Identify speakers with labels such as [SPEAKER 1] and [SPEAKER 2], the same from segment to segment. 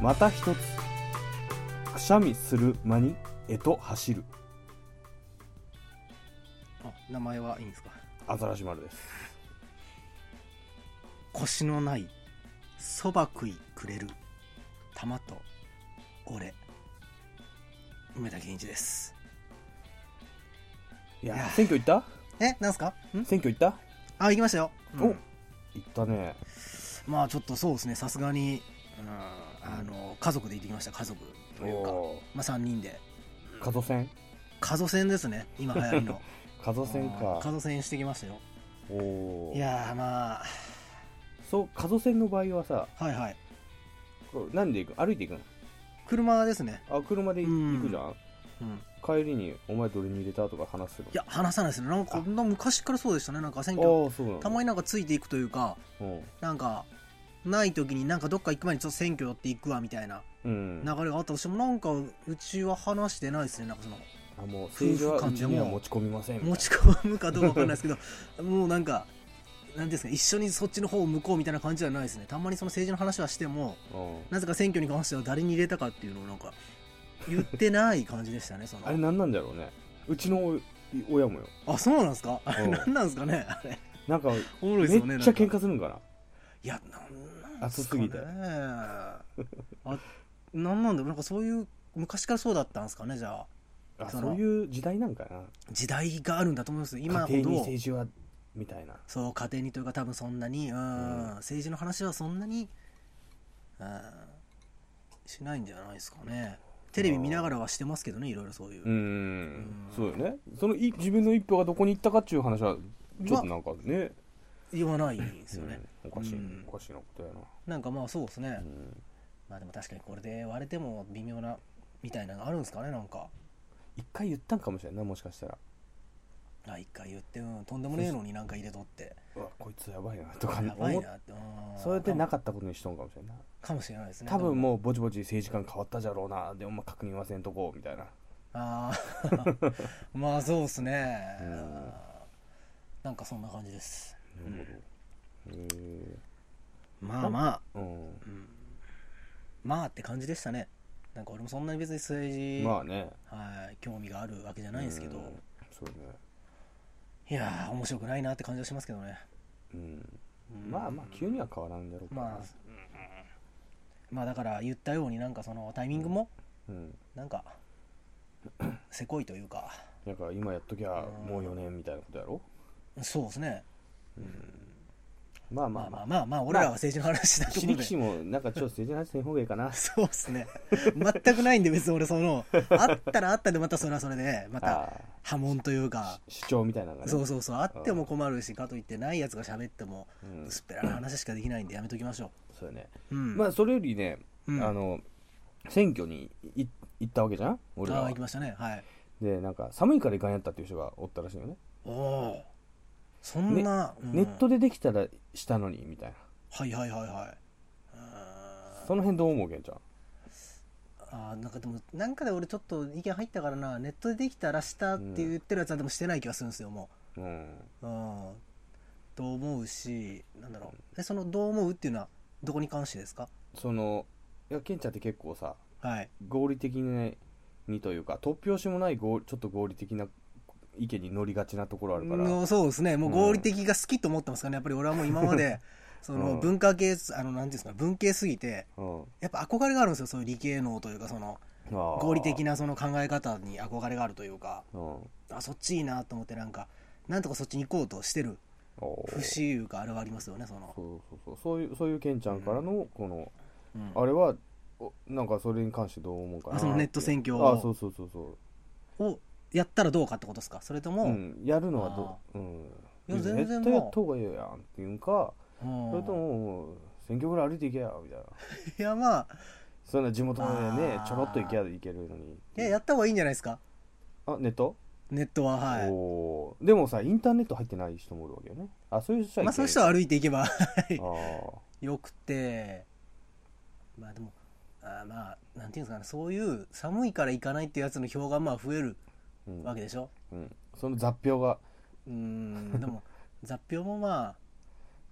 [SPEAKER 1] また一つくしゃみする間にえと走る
[SPEAKER 2] あ名前はいいんですか
[SPEAKER 1] アザラシ丸です
[SPEAKER 2] 腰のないそば食いくれる玉と俺梅田健一です
[SPEAKER 1] いや
[SPEAKER 2] いや
[SPEAKER 1] 選挙行った
[SPEAKER 2] えなんすかん
[SPEAKER 1] 選挙行った、
[SPEAKER 2] あ行きましたよ、うん
[SPEAKER 1] お行ったね
[SPEAKER 2] まあちょっとそうですねさすがに、うん、あの家族で行ってきました家族というか
[SPEAKER 1] お
[SPEAKER 2] まあ3人で
[SPEAKER 1] ー加藤戦
[SPEAKER 2] 加藤戦ですね今流行り の
[SPEAKER 1] 加藤戦
[SPEAKER 2] うん加
[SPEAKER 1] か
[SPEAKER 2] 藤戦してきましたよ
[SPEAKER 1] おお
[SPEAKER 2] いやーまあ
[SPEAKER 1] そう加藤戦の場合はさ
[SPEAKER 2] はいはい
[SPEAKER 1] こう何で行く歩いて行く
[SPEAKER 2] 車ですね、
[SPEAKER 1] のあ車で行くじゃん、
[SPEAKER 2] うん、
[SPEAKER 1] 帰りに「お前どれに入れた?」とか話すの
[SPEAKER 2] いや話さないですねなんか
[SPEAKER 1] あ
[SPEAKER 2] なんか昔からそうでしたねなんか選
[SPEAKER 1] あ
[SPEAKER 2] 挙
[SPEAKER 1] あそうなの
[SPEAKER 2] たまになんかついていくというか
[SPEAKER 1] うん
[SPEAKER 2] なんかない時になんかどっか行く前にちょっと選挙寄っていくわみたいな
[SPEAKER 1] うん
[SPEAKER 2] 流れがあったとしてもなんかうちは話してないですねなんかその
[SPEAKER 1] あもう政治は
[SPEAKER 2] 夫婦
[SPEAKER 1] う
[SPEAKER 2] 間
[SPEAKER 1] ち
[SPEAKER 2] でも
[SPEAKER 1] には持ち込みませんみたいな
[SPEAKER 2] 持ち込むかどうかわかんないですけ どもうなんかなんていうんですか一緒にそっちの方を向こうみたいな感じじゃないですねたまにその政治の話はしても
[SPEAKER 1] うん
[SPEAKER 2] なぜか選挙に関しては誰に入れたかっていうのをなんか言ってない感じでしたねその
[SPEAKER 1] あれ何なんだろうねうちのお親もよ
[SPEAKER 2] あそうなんですかあれ
[SPEAKER 1] うん
[SPEAKER 2] 何なんですかねあれ
[SPEAKER 1] なんか
[SPEAKER 2] おもろ
[SPEAKER 1] めっ
[SPEAKER 2] いで
[SPEAKER 1] ち
[SPEAKER 2] す
[SPEAKER 1] ゃ
[SPEAKER 2] よね
[SPEAKER 1] 喧
[SPEAKER 2] なんか
[SPEAKER 1] 嘩するんかない
[SPEAKER 2] やなんなんす
[SPEAKER 1] 熱す
[SPEAKER 2] か
[SPEAKER 1] ぎ
[SPEAKER 2] ね
[SPEAKER 1] て
[SPEAKER 2] あなんなんだろうなんかそういう昔からそうだったんですかねじゃあ
[SPEAKER 1] あ
[SPEAKER 2] そ
[SPEAKER 1] そ
[SPEAKER 2] の
[SPEAKER 1] ういう時代なんかな
[SPEAKER 2] 時代があるんだと思います今ほ
[SPEAKER 1] 家庭に
[SPEAKER 2] ど
[SPEAKER 1] 政治はみたいな
[SPEAKER 2] そう家庭にというか多分そんなに、うん
[SPEAKER 1] うん
[SPEAKER 2] 政治の話はそんなに、うん、しないんじゃないですかねテレビ見ながらはしてますけどねいろいろそういう、
[SPEAKER 1] うーんそうよねそのい自分の一票がどこに行ったかっていう話はちょっとなんかね、
[SPEAKER 2] 言わないんですよね、
[SPEAKER 1] うんおかしい、
[SPEAKER 2] うん
[SPEAKER 1] おかしいなことやな、
[SPEAKER 2] なんかまあそうですね、
[SPEAKER 1] うん
[SPEAKER 2] まあでも確かにこれで割れても微妙なみたいなのがあるんですかねなんか
[SPEAKER 1] 一回言ったんかもしれんないもしかしたら
[SPEAKER 2] あ一回言って、うん、とんでもねえのになんか入れとって
[SPEAKER 1] うわこいつやばいなとか
[SPEAKER 2] やばい
[SPEAKER 1] 思っ
[SPEAKER 2] なって、ん
[SPEAKER 1] そうやってな
[SPEAKER 2] か
[SPEAKER 1] かったことにしとんかもしれんない
[SPEAKER 2] かもしれないですね
[SPEAKER 1] 多分
[SPEAKER 2] う
[SPEAKER 1] もうぼちぼち政治家に変わったじゃろうなでもまあ確認はせんとこうみたいな
[SPEAKER 2] ああ まあそうですね、
[SPEAKER 1] うん
[SPEAKER 2] なんかそんな感じです
[SPEAKER 1] なるほどへえ
[SPEAKER 2] まあまあ、
[SPEAKER 1] うん
[SPEAKER 2] うん、まあって感じでしたねなんか俺もそんなに別に政治、
[SPEAKER 1] まあね
[SPEAKER 2] はい興味があるわけじゃないんですけど、
[SPEAKER 1] うんそうね
[SPEAKER 2] いやー面白くないなって感じはしますけどね、
[SPEAKER 1] うん
[SPEAKER 2] うん
[SPEAKER 1] まあまあ急には変わらんだろうから
[SPEAKER 2] まあ、うんまあだから言ったようになんかそのタイミングも
[SPEAKER 1] うん
[SPEAKER 2] なん かせこいというか
[SPEAKER 1] だから今やっときゃ
[SPEAKER 2] うん
[SPEAKER 1] もう4年みたいなことやろ
[SPEAKER 2] そうですね
[SPEAKER 1] まあま
[SPEAKER 2] ま
[SPEAKER 1] あま
[SPEAKER 2] あま
[SPEAKER 1] あ
[SPEAKER 2] あまあまあ俺らは政治の話だと
[SPEAKER 1] 岸
[SPEAKER 2] 思
[SPEAKER 1] 力士
[SPEAKER 2] うんで
[SPEAKER 1] もなんかちょっと政治の話せん方がいいかな
[SPEAKER 2] そうっすね全くないんで別に俺そのあったらあったでまたそれはそれで また
[SPEAKER 1] あ
[SPEAKER 2] 波紋というか
[SPEAKER 1] ー主張みたいなのがね
[SPEAKER 2] そうそうそうあっても困るしかといってないやつが喋っても
[SPEAKER 1] うん
[SPEAKER 2] 薄っぺらな話しかできないんでやめときましょ
[SPEAKER 1] そうね
[SPEAKER 2] う、うん、
[SPEAKER 1] まあそれよりね
[SPEAKER 2] うん
[SPEAKER 1] あの選挙にい行ったわけじゃん俺ら
[SPEAKER 2] ああ
[SPEAKER 1] は
[SPEAKER 2] 行きましたねはい
[SPEAKER 1] でなんか寒いからいかんやったっていう人がおったらしいよね
[SPEAKER 2] おおそんな、うん
[SPEAKER 1] ネットでできたらしたのにみたいな
[SPEAKER 2] はいはいはいはいあ
[SPEAKER 1] その辺どう思うけんちゃん
[SPEAKER 2] あーなんかでもなんかで俺ちょっと意見入ったからなネットでできたらしたって言ってるやつはでもしてない気がするんですよも
[SPEAKER 1] うん
[SPEAKER 2] ううんと思うしなんだろうえその「どう思う?」っていうのはどこに関してですか
[SPEAKER 1] そのいやケンちゃんって結構さ
[SPEAKER 2] はい
[SPEAKER 1] 合理的ににというか突拍子もない合ちょっと合理的な意見に乗りがちなところあるから、
[SPEAKER 2] うんそうですねもう合理的が好きと思ってますからねやっぱり俺はもう今 までその
[SPEAKER 1] うん
[SPEAKER 2] 文化系あのなんていうんですか文系すぎて
[SPEAKER 1] うん
[SPEAKER 2] やっぱ憧れがあるんですよそういう理系能というかその合理的
[SPEAKER 1] な、
[SPEAKER 2] なその考え方に憧れがあるというか
[SPEAKER 1] うん、お
[SPEAKER 2] あそっちいいなと思ってなんかなんとかそっちに行こうとしてる
[SPEAKER 1] ー
[SPEAKER 2] 節いうかあれはありますよねその、
[SPEAKER 1] そうそうそうそういうそういうケンちゃんからのこの、
[SPEAKER 2] うん
[SPEAKER 1] あれはおなんかそれに関してどう思うかな
[SPEAKER 2] あそのネット選挙を
[SPEAKER 1] あそうそうそうそ
[SPEAKER 2] をやったらどうかってことですかそれと
[SPEAKER 1] う、
[SPEAKER 2] も、
[SPEAKER 1] う
[SPEAKER 2] うん
[SPEAKER 1] ん、やるのはどう、うん、
[SPEAKER 2] いや全然
[SPEAKER 1] 絶対やった方がいいやんっていうんかそれとももう選挙ぐらい歩いていけやみたいない
[SPEAKER 2] やまあ
[SPEAKER 1] そんな地元までね
[SPEAKER 2] あー
[SPEAKER 1] ちょろっと行けやいけるのに
[SPEAKER 2] いややった方がいいんじゃないですか
[SPEAKER 1] あネット
[SPEAKER 2] ネットははい
[SPEAKER 1] おーでもさインターネット入ってない人もいるわけよねあそういう人はい
[SPEAKER 2] まあ
[SPEAKER 1] け
[SPEAKER 2] その人は歩いていけば
[SPEAKER 1] あー
[SPEAKER 2] よくてまあでもあーまあなんていうんですかねそういう寒いから行かないっていうやつの票がまあ増える
[SPEAKER 1] うん
[SPEAKER 2] わけでしょ
[SPEAKER 1] うん、その雑票が
[SPEAKER 2] うー んでも雑票もまあ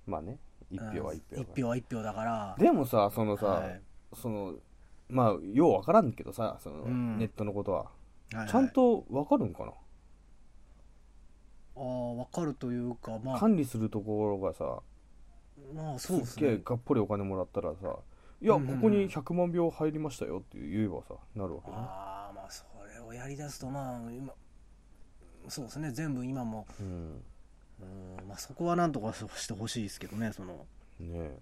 [SPEAKER 1] まあね一票は
[SPEAKER 2] うん
[SPEAKER 1] 一票
[SPEAKER 2] 一票は一票だから
[SPEAKER 1] でもさそのさ、
[SPEAKER 2] はい
[SPEAKER 1] そのまあようわからんけどさその
[SPEAKER 2] うん
[SPEAKER 1] ネットのことは、
[SPEAKER 2] はいはい
[SPEAKER 1] ちゃんとわかるんかな、
[SPEAKER 2] ああ分かるというかまあ
[SPEAKER 1] 管理するところがさ
[SPEAKER 2] まあそうです
[SPEAKER 1] すっげえ
[SPEAKER 2] ね
[SPEAKER 1] がっぽりお金もらったらさいやこ
[SPEAKER 2] うんうんうん
[SPEAKER 1] こに100万票入りましたよって言えばさなるわけね
[SPEAKER 2] ああまあそれをやりだすとまあ今そうですね全部今も
[SPEAKER 1] うん
[SPEAKER 2] うんまあそこはなんとかしてほしいですけどねその
[SPEAKER 1] ねえ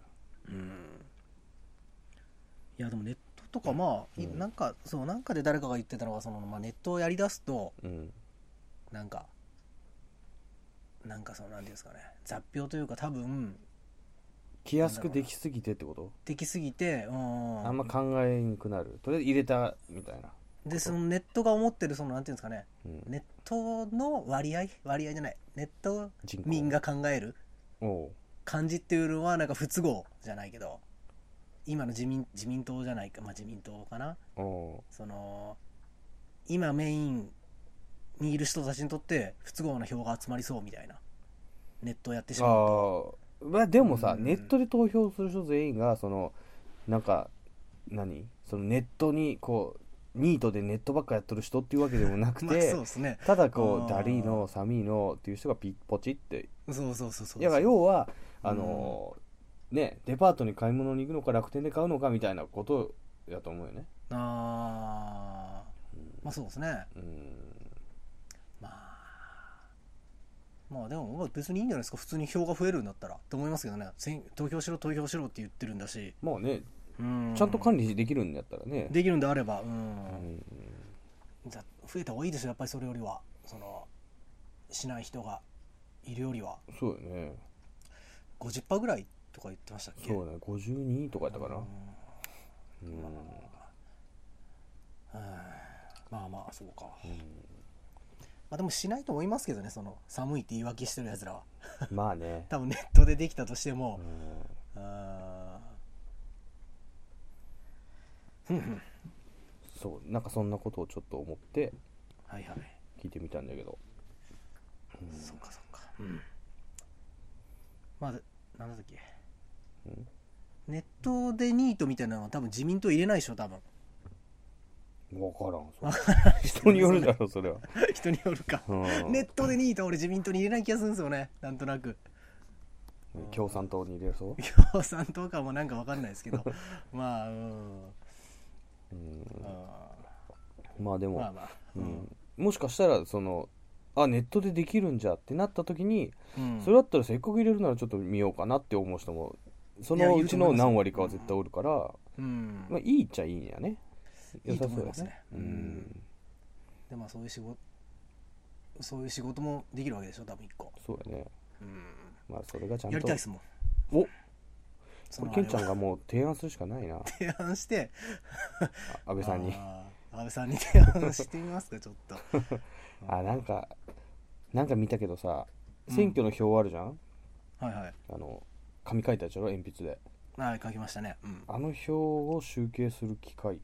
[SPEAKER 2] うんいやでもネットとかまあ、い
[SPEAKER 1] うん
[SPEAKER 2] なんかそうなんかで誰かが言ってたのがその、まあ、ネットをやりだすと
[SPEAKER 1] うん
[SPEAKER 2] なんかなんかそのなんていうんですかね雑票というか多分
[SPEAKER 1] 気安くできすぎてってこと
[SPEAKER 2] できすぎてうん
[SPEAKER 1] あんま考えにくなるとりあえず入れたみたいな、
[SPEAKER 2] でそのネットが思ってるそのなんていうんですかね
[SPEAKER 1] うん、
[SPEAKER 2] ネットの割合割合じゃないネット
[SPEAKER 1] 人口
[SPEAKER 2] 民が考える
[SPEAKER 1] おう
[SPEAKER 2] 感じっていうのはなんか不都合じゃないけど今の自民自民党じゃないか、まあ、自民党かな
[SPEAKER 1] おう
[SPEAKER 2] その今メインにいる人たちにとって不都合な票が集まりそうみたいなネットをやってし
[SPEAKER 1] あ
[SPEAKER 2] まう
[SPEAKER 1] ーまあでもさ、
[SPEAKER 2] うん
[SPEAKER 1] ネットで投票する人全員がそのなんか何そのネットにこうニートでネットばっかやっとる人っていうわけでもなく
[SPEAKER 2] まあ
[SPEAKER 1] て、
[SPEAKER 2] そうですね
[SPEAKER 1] ただこ
[SPEAKER 2] あー
[SPEAKER 1] うダリーのサミーのっていう人がピッポチって
[SPEAKER 2] そうそうそうそう
[SPEAKER 1] だから要はあのーねデパートに買い物に行くのか楽天で買うのかみたいなことやと思うよね
[SPEAKER 2] あーまあそうですね
[SPEAKER 1] うん
[SPEAKER 2] まあまあでもまあ別にいいんじゃないですか普通に票が増えるんだったらと思いますけどね選投票しろ投票しろって言ってるんだし
[SPEAKER 1] まあね
[SPEAKER 2] うん
[SPEAKER 1] ちゃんと管理できるんだったらね、
[SPEAKER 2] できるんであればう
[SPEAKER 1] うんん
[SPEAKER 2] じゃ増えた方がいいですよやっぱりそれよりはそのしない人がいるよりは
[SPEAKER 1] そうよね
[SPEAKER 2] 50%ぐらいとか言ってましたっけ
[SPEAKER 1] そうね52とかやったかなうん、
[SPEAKER 2] うんまあまあそうか、まあでもしないと思いますけどねその寒いって言い訳してるやつらは
[SPEAKER 1] まあ ね
[SPEAKER 2] 多分ネットでできたとしても、あーふんふん
[SPEAKER 1] そうなんかそんなことをちょっと思って
[SPEAKER 2] はいはい、
[SPEAKER 1] 聞いてみたんだけど
[SPEAKER 2] そっかそっかうんまあでなんだっけ
[SPEAKER 1] うん
[SPEAKER 2] ネットでニートみたいなのは多分自民党入れないでしょ多分
[SPEAKER 1] 分からんそれ 人によるだろそれは、
[SPEAKER 2] 人によるか、
[SPEAKER 1] うん
[SPEAKER 2] ネットでニート俺自民党に入れない気がするんですよねなんとなく
[SPEAKER 1] 共産党に入れそう
[SPEAKER 2] 共産党かもなんかわかんないですけ どまあうん、
[SPEAKER 1] うん
[SPEAKER 2] あ
[SPEAKER 1] まあで
[SPEAKER 2] ー
[SPEAKER 1] も、
[SPEAKER 2] まあまあ
[SPEAKER 1] うん、もしかしたらそのあネットでできるんじゃってなった時に、
[SPEAKER 2] うん
[SPEAKER 1] それだったらせっかく入れるならちょっと見ようかなって思う人もそ
[SPEAKER 2] いやい
[SPEAKER 1] の
[SPEAKER 2] る
[SPEAKER 1] う
[SPEAKER 2] と
[SPEAKER 1] ち
[SPEAKER 2] 思い
[SPEAKER 1] の
[SPEAKER 2] ます
[SPEAKER 1] 何割かは絶対おるから
[SPEAKER 2] うん
[SPEAKER 1] まあ、いいっちゃいいんやね
[SPEAKER 2] いいと思い
[SPEAKER 1] 良さ
[SPEAKER 2] ます
[SPEAKER 1] そう
[SPEAKER 2] ね
[SPEAKER 1] や
[SPEAKER 2] う
[SPEAKER 1] うんん
[SPEAKER 2] でまあそういう仕事そういう仕事もできるわけでしょ多分一個、
[SPEAKER 1] そうやね
[SPEAKER 2] うん、
[SPEAKER 1] まあそれがちゃんと
[SPEAKER 2] やりたいっすもん
[SPEAKER 1] お
[SPEAKER 2] そ
[SPEAKER 1] これ
[SPEAKER 2] の
[SPEAKER 1] ケンちゃん
[SPEAKER 2] あ
[SPEAKER 1] がもう提案するしかないな
[SPEAKER 2] れを提案して
[SPEAKER 1] あ安倍さんに
[SPEAKER 2] あー安倍さんに提案してみますかちょっ と
[SPEAKER 1] あなんかなんか見たけどさ
[SPEAKER 2] うん
[SPEAKER 1] 選挙の表あるじゃん、
[SPEAKER 2] はいはい
[SPEAKER 1] あの紙書いたやつやろ鉛筆で
[SPEAKER 2] はい書きましたねうん
[SPEAKER 1] あの表を集計する機械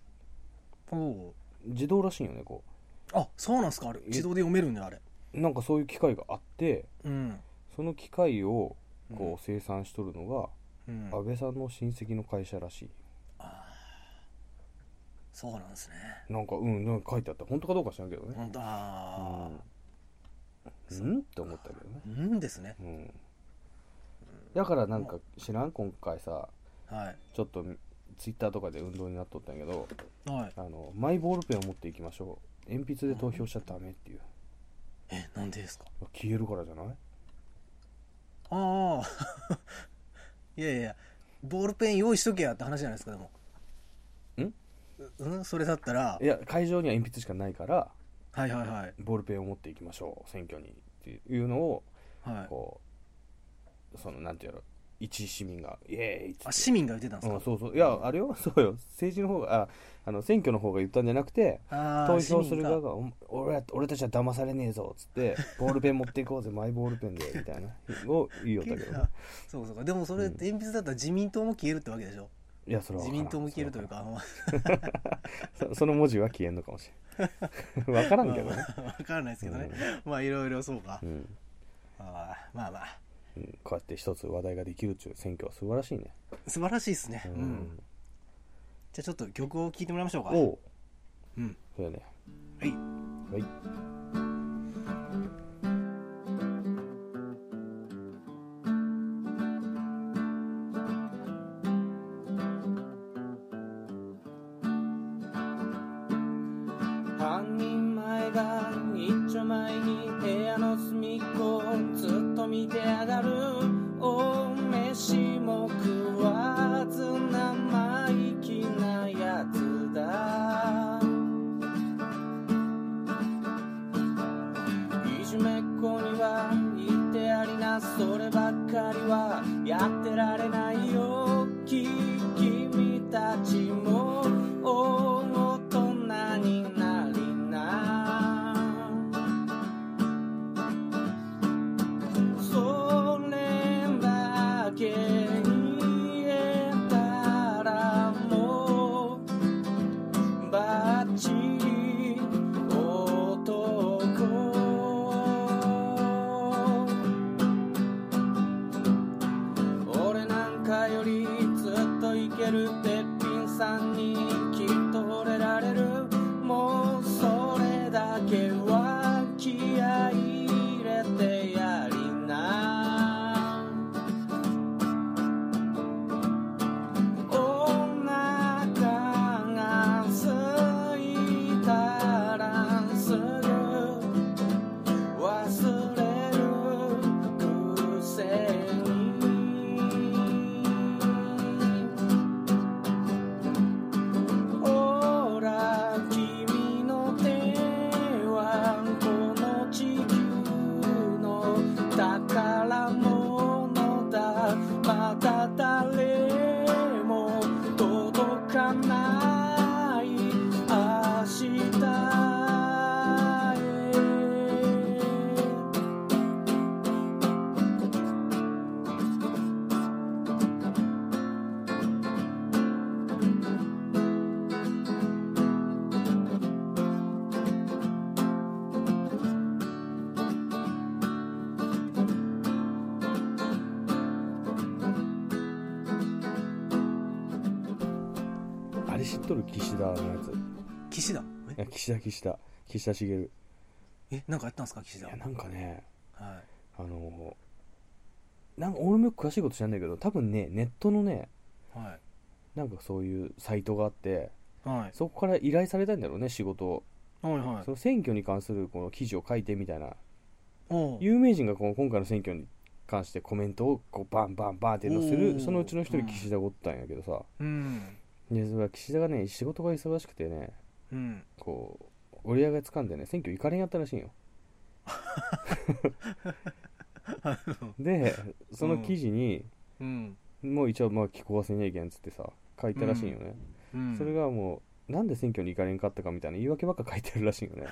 [SPEAKER 2] おお
[SPEAKER 1] 自動らしいよねこ
[SPEAKER 2] ーあそうなんすかあれ自動で読めるんだあれ
[SPEAKER 1] うなんかそういう機械があって
[SPEAKER 2] うん
[SPEAKER 1] その機械を
[SPEAKER 2] うん
[SPEAKER 1] こう生産しとるのが
[SPEAKER 2] うん
[SPEAKER 1] 安倍さんの親戚の会社らしい
[SPEAKER 2] そうなんですね
[SPEAKER 1] なんかうんなんか書いてあった本当かどうか知らんけどね
[SPEAKER 2] 本当
[SPEAKER 1] う
[SPEAKER 2] あ
[SPEAKER 1] んうんって思ったけどね
[SPEAKER 2] ーうんですね
[SPEAKER 1] うんだからなんか知らん今回さ
[SPEAKER 2] はい
[SPEAKER 1] ちょっとツイッターとかで運動になっとったんやけど
[SPEAKER 2] はい
[SPEAKER 1] あのマイボールペンを持っていきましょう鉛筆で投票しちゃダメっていう
[SPEAKER 2] えなんでですか
[SPEAKER 1] 消えるからじゃない
[SPEAKER 2] ああ いやいやいやボールペン用意しとけやって話じゃないですかでも
[SPEAKER 1] ん
[SPEAKER 2] ううんそれだったら
[SPEAKER 1] いや会場には鉛筆しかないから
[SPEAKER 2] はいはいはい
[SPEAKER 1] ボールペンを持っていきましょう選挙にっていうのを
[SPEAKER 2] はい
[SPEAKER 1] こうそのなんていうの一市民がイエーイっつ
[SPEAKER 2] あ
[SPEAKER 1] っ
[SPEAKER 2] 市民が言ってたんで
[SPEAKER 1] て
[SPEAKER 2] す
[SPEAKER 1] う
[SPEAKER 2] か、
[SPEAKER 1] ん、そうそういやあれよそうよ政治の方がああの選挙の方が言ったんじゃなくて
[SPEAKER 2] ああ
[SPEAKER 1] 投票する側
[SPEAKER 2] 市民か
[SPEAKER 1] がお俺ら俺たちは騙されねえぞっつ ってボールペン持っていこうぜマイボールペンでみたいな を言いよったけどね
[SPEAKER 2] そうそうかでもそれ
[SPEAKER 1] うん
[SPEAKER 2] 鉛筆だったら自民党も消えるってわけでしょ
[SPEAKER 1] いやそれは
[SPEAKER 2] 自
[SPEAKER 1] 分からん
[SPEAKER 2] 民党も消えるというかあんま
[SPEAKER 1] そその文字は消えんのかもしれ ん分からんけどね、
[SPEAKER 2] 分からないですけどね、まあいろいろそうか、
[SPEAKER 1] うん
[SPEAKER 2] ああまあまあ
[SPEAKER 1] うんこうやって一つ話題ができるっていう選挙は素晴らしいね
[SPEAKER 2] 素晴らしいですね、うん
[SPEAKER 1] うん
[SPEAKER 2] じゃあちょっと曲を聴いてもらいましょうか
[SPEAKER 1] おお
[SPEAKER 2] うん
[SPEAKER 1] そうやね
[SPEAKER 2] はい
[SPEAKER 1] はい
[SPEAKER 3] 半人前が一丁前に部屋の隅っこをずっと見て上がるお飯も食わず生意気なやつだいじめっ子には言ってやりなそればっかりはやってられないよき君たちも大人になりなそれだけ言えたらもうバッチリ男俺なんかよりずっといけるべっぴんさんにきっと惚れられるもうそれだけは気合い入れてやりなお腹が空いたらすぐ忘れるくせにほら君の手はこの地球の宝物だまた誰も届かない明日へ
[SPEAKER 1] あれ知っとる岸田のやつ
[SPEAKER 2] 岸田
[SPEAKER 1] いや岸田岸田岸田茂い
[SPEAKER 2] ええなんかやったんですか岸田は
[SPEAKER 1] や
[SPEAKER 2] い
[SPEAKER 1] なんかねあのなんか俺もよく詳しいこと知らないけど多分ねネットのね
[SPEAKER 2] はい
[SPEAKER 1] なんかそういうサイトがあって
[SPEAKER 2] はい
[SPEAKER 1] そこから依頼されたんだろうね仕事を、
[SPEAKER 2] はいはい
[SPEAKER 1] その選挙に関するこの記事を書いてみたいな
[SPEAKER 2] おう
[SPEAKER 1] 有名人がこの今回の選挙に関してコメントをこうバンバンバンって載せ
[SPEAKER 2] おー
[SPEAKER 1] るそのうちの一
[SPEAKER 2] う
[SPEAKER 1] 人
[SPEAKER 2] ん
[SPEAKER 1] 岸田がおったんやけどさ、
[SPEAKER 2] うん
[SPEAKER 1] でそれは岸田がね仕事が忙しくてね
[SPEAKER 2] うん
[SPEAKER 1] こう折り上げつかんでね選挙行かれんやったらしいん よでその記事に、
[SPEAKER 2] うん
[SPEAKER 1] もう一応まあ気候はせにゃいけんっつってさ書いたらしいんよね、
[SPEAKER 2] うん
[SPEAKER 1] それがもうなんで選挙に行かれんかったかみたいな言い訳ばっか書いてるらしいよね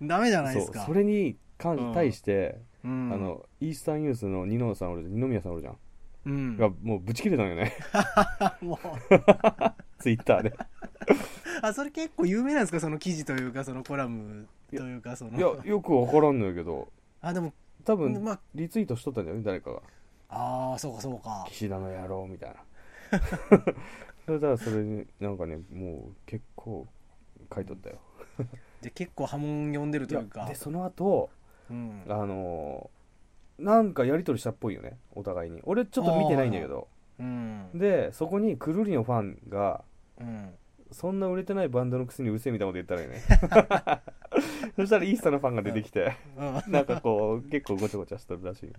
[SPEAKER 2] ダメじゃないです
[SPEAKER 1] そう
[SPEAKER 2] か
[SPEAKER 1] それに関
[SPEAKER 2] うん
[SPEAKER 1] 対して、
[SPEAKER 2] うん
[SPEAKER 1] あのイースタンユースの二宮さんおるじゃん二宮さんおるじゃん、
[SPEAKER 2] うん
[SPEAKER 1] がもうブチ切れたんよね
[SPEAKER 2] もう
[SPEAKER 1] ツイッター で
[SPEAKER 2] あそれ結構有名なんですかその記事というかそのコラムというかそ
[SPEAKER 1] いや
[SPEAKER 2] の
[SPEAKER 1] よくわからんのやけど
[SPEAKER 2] あでも
[SPEAKER 1] 多分
[SPEAKER 2] まあ
[SPEAKER 1] リツイートしとったんじゃない誰かが
[SPEAKER 2] ああそうかそうか
[SPEAKER 1] 岸田の野郎みたい なそれだからそれになんかねもう結構書いとったよ
[SPEAKER 2] じゃあ結構波紋呼んでるという
[SPEAKER 1] いや
[SPEAKER 2] か
[SPEAKER 1] でその後
[SPEAKER 2] うん
[SPEAKER 1] あのーなんかやり取りしたっぽいよねお互いに俺ちょっと見てないんだけど
[SPEAKER 2] うん
[SPEAKER 1] でそこにくるりのファンが
[SPEAKER 2] うん
[SPEAKER 1] そんな売れてないバンドのくせにうるせえみたいなこと言ったらいいね そしたらイースタのファンが出てきて
[SPEAKER 2] うん
[SPEAKER 1] なんかこう結構ごちゃごちゃしてるらしい、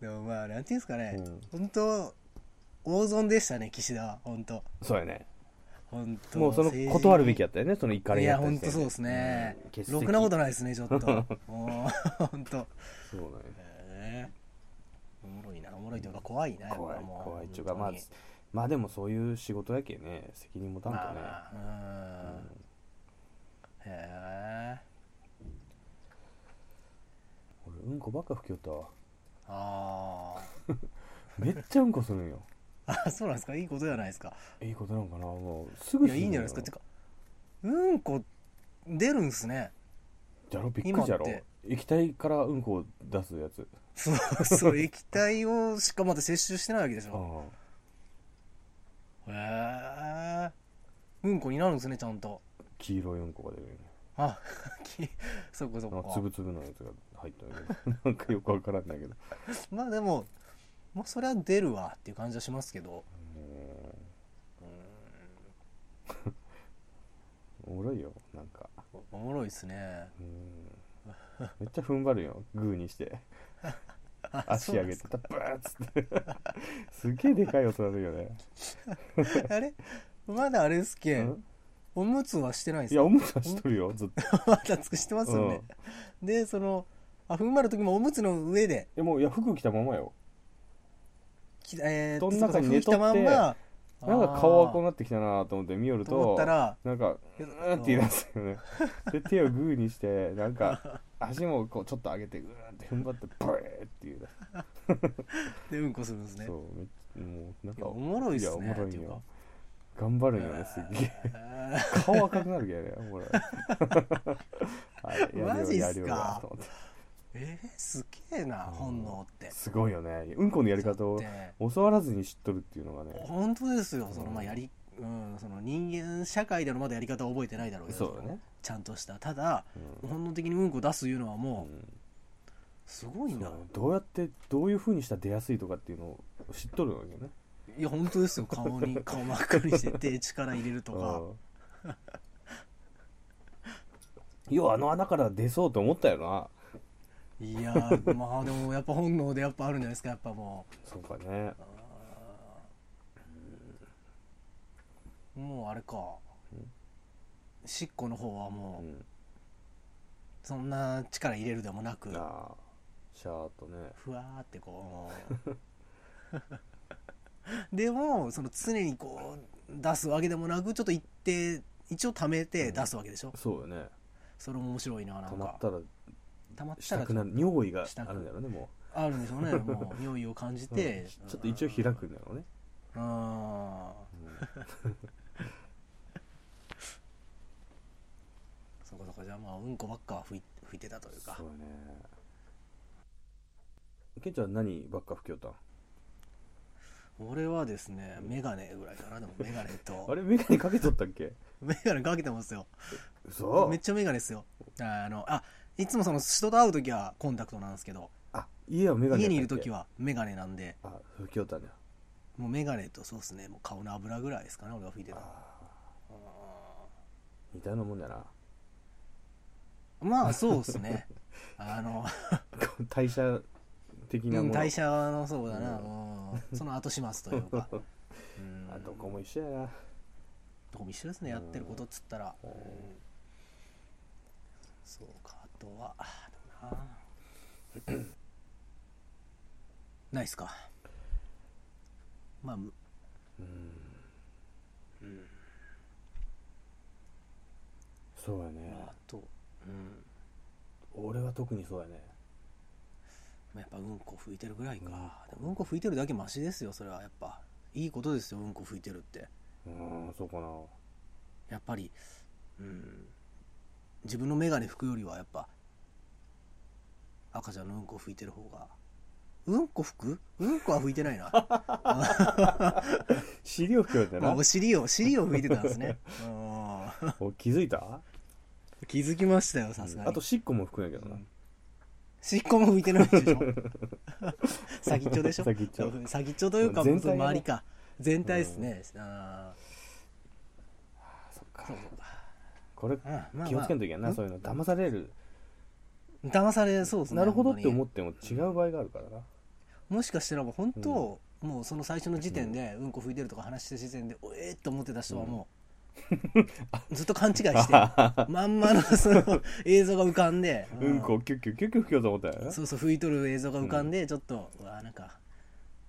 [SPEAKER 2] でもまあなんていうんですか
[SPEAKER 1] う
[SPEAKER 2] ね
[SPEAKER 1] ん、
[SPEAKER 2] 本当大損でしたね岸田は本当
[SPEAKER 1] そうやね
[SPEAKER 2] 本当
[SPEAKER 1] もうその断るべき
[SPEAKER 2] や
[SPEAKER 1] やったよねその怒り
[SPEAKER 2] い
[SPEAKER 1] や
[SPEAKER 2] や
[SPEAKER 1] った
[SPEAKER 2] 本当そうですすね
[SPEAKER 1] うん欠席
[SPEAKER 2] ろくなことないですねちょ っともう本当
[SPEAKER 1] そうなんよ
[SPEAKER 2] へえおもろいなおもろいというか怖いなやっぱ
[SPEAKER 1] 怖い
[SPEAKER 2] も
[SPEAKER 1] 怖いっちゅうかまあ
[SPEAKER 2] 本当に
[SPEAKER 1] まあでもそういう仕事やけね責任持たんとね、
[SPEAKER 2] まあまあうんへえ
[SPEAKER 1] 俺うんこばっか吹きよったわ
[SPEAKER 2] あ
[SPEAKER 1] めっちゃうんこするん よ
[SPEAKER 2] ーあそうなんですかいいことじゃないですか
[SPEAKER 1] いいことなんかなもうすぐ
[SPEAKER 2] い
[SPEAKER 1] す
[SPEAKER 2] や
[SPEAKER 1] る
[SPEAKER 2] いいんじゃないですかてかうんこ出るんすね
[SPEAKER 1] じゃろびっくりじゃろ
[SPEAKER 2] 今って
[SPEAKER 1] 液体からうんこを出すやつ
[SPEAKER 2] そう そう液体をしかまだ摂取してないわけでし
[SPEAKER 1] あ
[SPEAKER 2] ょ
[SPEAKER 1] ー
[SPEAKER 2] へえうんこになるんですねちゃんと
[SPEAKER 1] 黄色いうんこが出るよね
[SPEAKER 2] あ きそっかそっ
[SPEAKER 1] なんか
[SPEAKER 2] か
[SPEAKER 1] つぶつぶのやつが入ったんだけどなんかよくわからんだけど
[SPEAKER 2] まあでもまあそれは出るわっていう感じはしますけど
[SPEAKER 1] おもろいよなんか
[SPEAKER 2] おもろいですね
[SPEAKER 1] うんめっちゃ踏ん張るよグーにして 足上げてたブーッつって すげえでかい音なるよね
[SPEAKER 2] あれまだあれですっけ
[SPEAKER 1] ん
[SPEAKER 2] おむつはしてないんで
[SPEAKER 1] い
[SPEAKER 2] す
[SPEAKER 1] や
[SPEAKER 2] か
[SPEAKER 1] おむつはしとるよずっと
[SPEAKER 2] まだつくしてますよね、でそのあ踏ん張る時もおむつの上で
[SPEAKER 1] でもういや服着たままよ
[SPEAKER 2] きえー、
[SPEAKER 1] 布団の中に寝とって
[SPEAKER 2] そうか服着たまんま
[SPEAKER 1] なんか顔はこう
[SPEAKER 2] う
[SPEAKER 1] なってきたなと思って見よる
[SPEAKER 2] と思
[SPEAKER 1] と
[SPEAKER 2] ったら
[SPEAKER 1] なんかうーんって言い出す よねで手をグーにしてなんか足もこうちょっと上げてうーんって踏ん張ってブーっていう
[SPEAKER 2] でうんこするんですね
[SPEAKER 1] そうめっちゃもうなん
[SPEAKER 2] い
[SPEAKER 1] か
[SPEAKER 2] やおもろいっすね
[SPEAKER 1] やおもろい
[SPEAKER 2] っていうか
[SPEAKER 1] よ頑張るよねすっげ え
[SPEAKER 2] え
[SPEAKER 1] 顔赤くなるけどねおもろ いはいやるよ
[SPEAKER 2] マジっすか
[SPEAKER 1] やるよなと思って
[SPEAKER 2] ーえーすげえな
[SPEAKER 1] うん
[SPEAKER 2] 本能って
[SPEAKER 1] すごいよねうんこのやり方を
[SPEAKER 2] だって
[SPEAKER 1] 教わらずに知っとるっていうのがね
[SPEAKER 2] 本当ですよその
[SPEAKER 1] うん
[SPEAKER 2] まあやり、うん、その人間社会でのまだやり方を覚えてないだろうけど
[SPEAKER 1] そうだね
[SPEAKER 2] ちゃんとしたただ
[SPEAKER 1] うん
[SPEAKER 2] 本能的にうんこ出すいうのはもうすごい
[SPEAKER 1] うん
[SPEAKER 2] な、
[SPEAKER 1] そうどうやってどういうふうにしたら出やすいとかっていうのを知っとるわけよね
[SPEAKER 2] いや本当ですよ顔 に顔真っ赤にして手力入れるとか
[SPEAKER 1] うんようあの穴から出そうと思ったよない
[SPEAKER 2] やーまあでもやっぱ本能でやっぱあるんじゃないですかやっぱも
[SPEAKER 1] そうかね
[SPEAKER 2] うもうあれかしっこの方は
[SPEAKER 1] う
[SPEAKER 2] もうんそんな力入れるでもなく
[SPEAKER 1] ああシャーっとね
[SPEAKER 2] ふわーってこう でもその常にこう出すわけでもなくちょっと一定一応溜めて出すわけでしょ、
[SPEAKER 1] そうよね
[SPEAKER 2] それも面白いな
[SPEAKER 1] 溜
[SPEAKER 2] なんか
[SPEAKER 1] まったら
[SPEAKER 2] 溜まっ
[SPEAKER 1] したた
[SPEAKER 2] ら
[SPEAKER 1] くなる尿意が
[SPEAKER 2] したく
[SPEAKER 1] あるんだろうねも
[SPEAKER 2] あるんでしょうねもう匂いを感じ
[SPEAKER 1] う、
[SPEAKER 2] て、
[SPEAKER 1] うんちょっと一応開くんだろうね、
[SPEAKER 2] うんそうかそうかじゃあまあうんこばっかは吹い吹いてたというか
[SPEAKER 1] そうねケンちゃん何ばっか吹きよったん
[SPEAKER 2] 俺はですね眼鏡ぐらいかなでも眼鏡
[SPEAKER 1] あ
[SPEAKER 2] と
[SPEAKER 1] れ眼鏡かけとったっけ
[SPEAKER 2] 眼鏡かけてますよ
[SPEAKER 1] 嘘
[SPEAKER 2] めっちゃ眼鏡ですよあのあいつもその人と会う時はコンタクトなんですけど
[SPEAKER 1] あ家は眼鏡
[SPEAKER 2] 家にいる時
[SPEAKER 1] は
[SPEAKER 2] は眼鏡なんで
[SPEAKER 1] あ吹きよったんだ
[SPEAKER 2] もう眼鏡とそうですねもう顔の油ぐらいですかね俺が吹いてたの
[SPEAKER 1] 似たようなもんだな
[SPEAKER 2] まあそうですねあの
[SPEAKER 1] 代謝的な
[SPEAKER 2] う
[SPEAKER 1] も
[SPEAKER 2] ん
[SPEAKER 1] の
[SPEAKER 2] 代謝のそうだな、
[SPEAKER 1] う
[SPEAKER 2] うんその後始末というか、うん
[SPEAKER 1] あどこも一緒やな
[SPEAKER 2] どこも一緒ですねやってることっつったら、うんそうかあとはあどうな ないっすかまあむ
[SPEAKER 1] そうやね
[SPEAKER 2] あとうん
[SPEAKER 1] 俺は特にそうやね
[SPEAKER 2] まあやっぱうんこ拭いてるぐらいか、でもうんこ拭いてるだけマシですよそれはやっぱいいことですようんこ拭いてるって
[SPEAKER 1] うんそうかな
[SPEAKER 2] やっぱりうん自分の眼鏡拭くよりはやっぱ赤ちゃんのうんこ拭いてる方がうんこ拭くうんこは拭いてない な
[SPEAKER 1] 資料吹きよった
[SPEAKER 2] まあ
[SPEAKER 1] な
[SPEAKER 2] お尻を尻を拭いてたんです ねうん
[SPEAKER 1] お気づいた
[SPEAKER 2] 気づきましたよさすがに
[SPEAKER 1] あとしっこも吹くんやけどな
[SPEAKER 2] 尻尾も拭いてないで しょ先っちょでしょ
[SPEAKER 1] 先っちょ
[SPEAKER 2] 先っちょというか
[SPEAKER 1] 全
[SPEAKER 2] 全
[SPEAKER 1] 体が
[SPEAKER 2] 体
[SPEAKER 1] ね
[SPEAKER 2] 周りか全体ですね、あ
[SPEAKER 1] あそっ
[SPEAKER 2] ー
[SPEAKER 1] か
[SPEAKER 2] そうそう
[SPEAKER 1] これ
[SPEAKER 2] うんまあまあ
[SPEAKER 1] 気をつけんといけんな、
[SPEAKER 2] うん
[SPEAKER 1] そういうの騙される、
[SPEAKER 2] 騙されそうですね
[SPEAKER 1] なるほどって思
[SPEAKER 2] 本
[SPEAKER 1] っても違う場合があるからな、
[SPEAKER 2] 当にもしかしたらもう本当、もうその最初の時点でうんこ拭いてるとか話してる時点でおえーっと思ってた人はもう、ずっと勘違いして まんまのその映像が浮かんで、
[SPEAKER 1] うん、こをキュッキュッキュッキュッ吹きようと思ったよね
[SPEAKER 2] そうそう拭いとる映像が浮かんで、ちょっとうわなんか、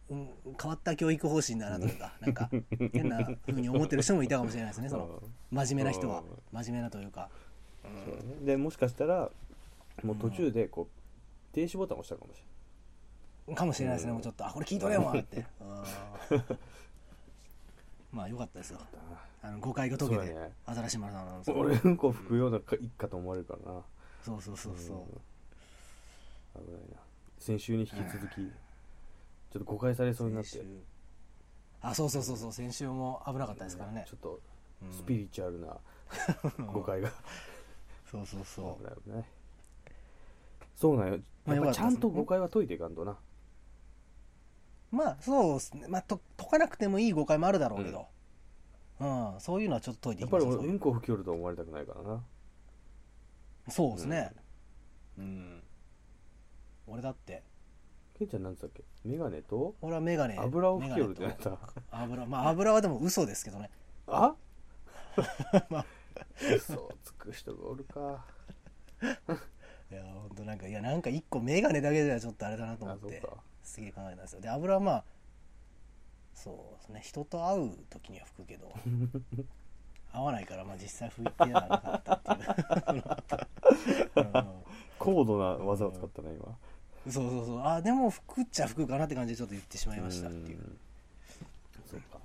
[SPEAKER 2] うん、変わった教育方針だなという か、なんか変なふうに思ってる人もいたかもしれないですねその真面目な人は真面目なというか
[SPEAKER 1] そうだねでもしかしたらもう途中でこう、停止ボタンを押したかもし
[SPEAKER 2] かもしれないですねもうちょっとあこれ聞いとれよってうんまあよかったですよ
[SPEAKER 1] れないな
[SPEAKER 2] あの誤解が解け
[SPEAKER 1] そ
[SPEAKER 2] て
[SPEAKER 1] うだね
[SPEAKER 2] 新しい丸さんのそう
[SPEAKER 1] 俺うんこ吹くようなか一家と思われるからな
[SPEAKER 2] そうそうそうそう
[SPEAKER 1] 危ないな先週に引き続き、ちょっと誤解されそうになって、
[SPEAKER 2] 先週あそうそうそうそう先週も危なかったですからね
[SPEAKER 1] ちょっと
[SPEAKER 2] うん
[SPEAKER 1] スピリチュア ルな誤解が、
[SPEAKER 2] そうそうそ
[SPEAKER 1] 危ない危ないそうなんよ
[SPEAKER 2] まあ
[SPEAKER 1] やっぱちゃんと
[SPEAKER 2] よ
[SPEAKER 1] 誤
[SPEAKER 2] かった
[SPEAKER 1] 解は解いていかんとな、
[SPEAKER 2] うまあそうですねまあと解かなくてもいい誤解もあるだろうけどうん、そういうのはちょっと解いて
[SPEAKER 1] やっ
[SPEAKER 2] いき
[SPEAKER 1] ぱ
[SPEAKER 2] ま
[SPEAKER 1] り
[SPEAKER 2] しょう
[SPEAKER 1] 俺うんこ吹きよると思われたくないからな
[SPEAKER 2] そうですねうん、俺だって
[SPEAKER 1] ケンちゃんなんつったっけメガネと
[SPEAKER 2] 俺はメガネ
[SPEAKER 1] 油を吹きよるってな
[SPEAKER 2] メガ
[SPEAKER 1] っ
[SPEAKER 2] ネと
[SPEAKER 1] た
[SPEAKER 2] 油まあ油はでも嘘ですけどね
[SPEAKER 1] あ
[SPEAKER 2] まあ
[SPEAKER 1] 嘘をつく人がおるか
[SPEAKER 2] いや本当なんかいやなんか一個メガネだけじゃちょっとあれだなと思
[SPEAKER 1] あ
[SPEAKER 2] っ
[SPEAKER 1] そう
[SPEAKER 2] て
[SPEAKER 1] か
[SPEAKER 2] すげえ考えたんですよで油はまあそうですね人と会う時には拭く けど会わないからまあ実際拭いてはなかった っていう う
[SPEAKER 1] 高度な技を使ったね今
[SPEAKER 2] んそうそうそうあでも拭くっちゃ拭くかなって感じでちょっと言ってしまいましたっていうん
[SPEAKER 1] そうか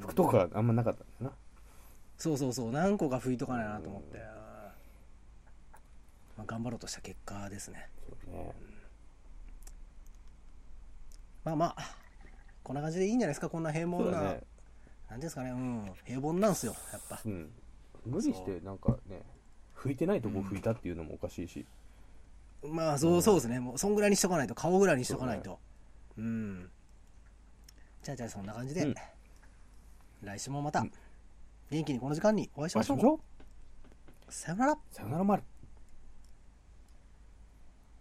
[SPEAKER 1] 服とかあんまなかったんだな
[SPEAKER 2] そうそうそう何個か拭いとかないなと思って、まあ、頑張ろうとした結果ですね
[SPEAKER 1] そうね
[SPEAKER 2] まあまあこんな感じでいいんじゃないですかこんな平凡
[SPEAKER 1] そう
[SPEAKER 2] な、
[SPEAKER 1] だね
[SPEAKER 2] なんですかねうん平凡なんですよやっぱ
[SPEAKER 1] うん無理してなんかね拭いてないとこ拭いたっていうのもおかしいし
[SPEAKER 2] まあそうそうですね、もうそんぐらいにしとかないと顔ぐらいにしとかないとう,、んじゃあじゃあそんな感じで、
[SPEAKER 1] うん
[SPEAKER 2] 来週もまた
[SPEAKER 1] うん
[SPEAKER 2] 元気にこの時間にお会いし
[SPEAKER 1] お会
[SPEAKER 2] ま
[SPEAKER 1] い
[SPEAKER 2] し
[SPEAKER 1] し
[SPEAKER 2] ょう、
[SPEAKER 1] ましょう
[SPEAKER 2] さよなら
[SPEAKER 1] さよならまる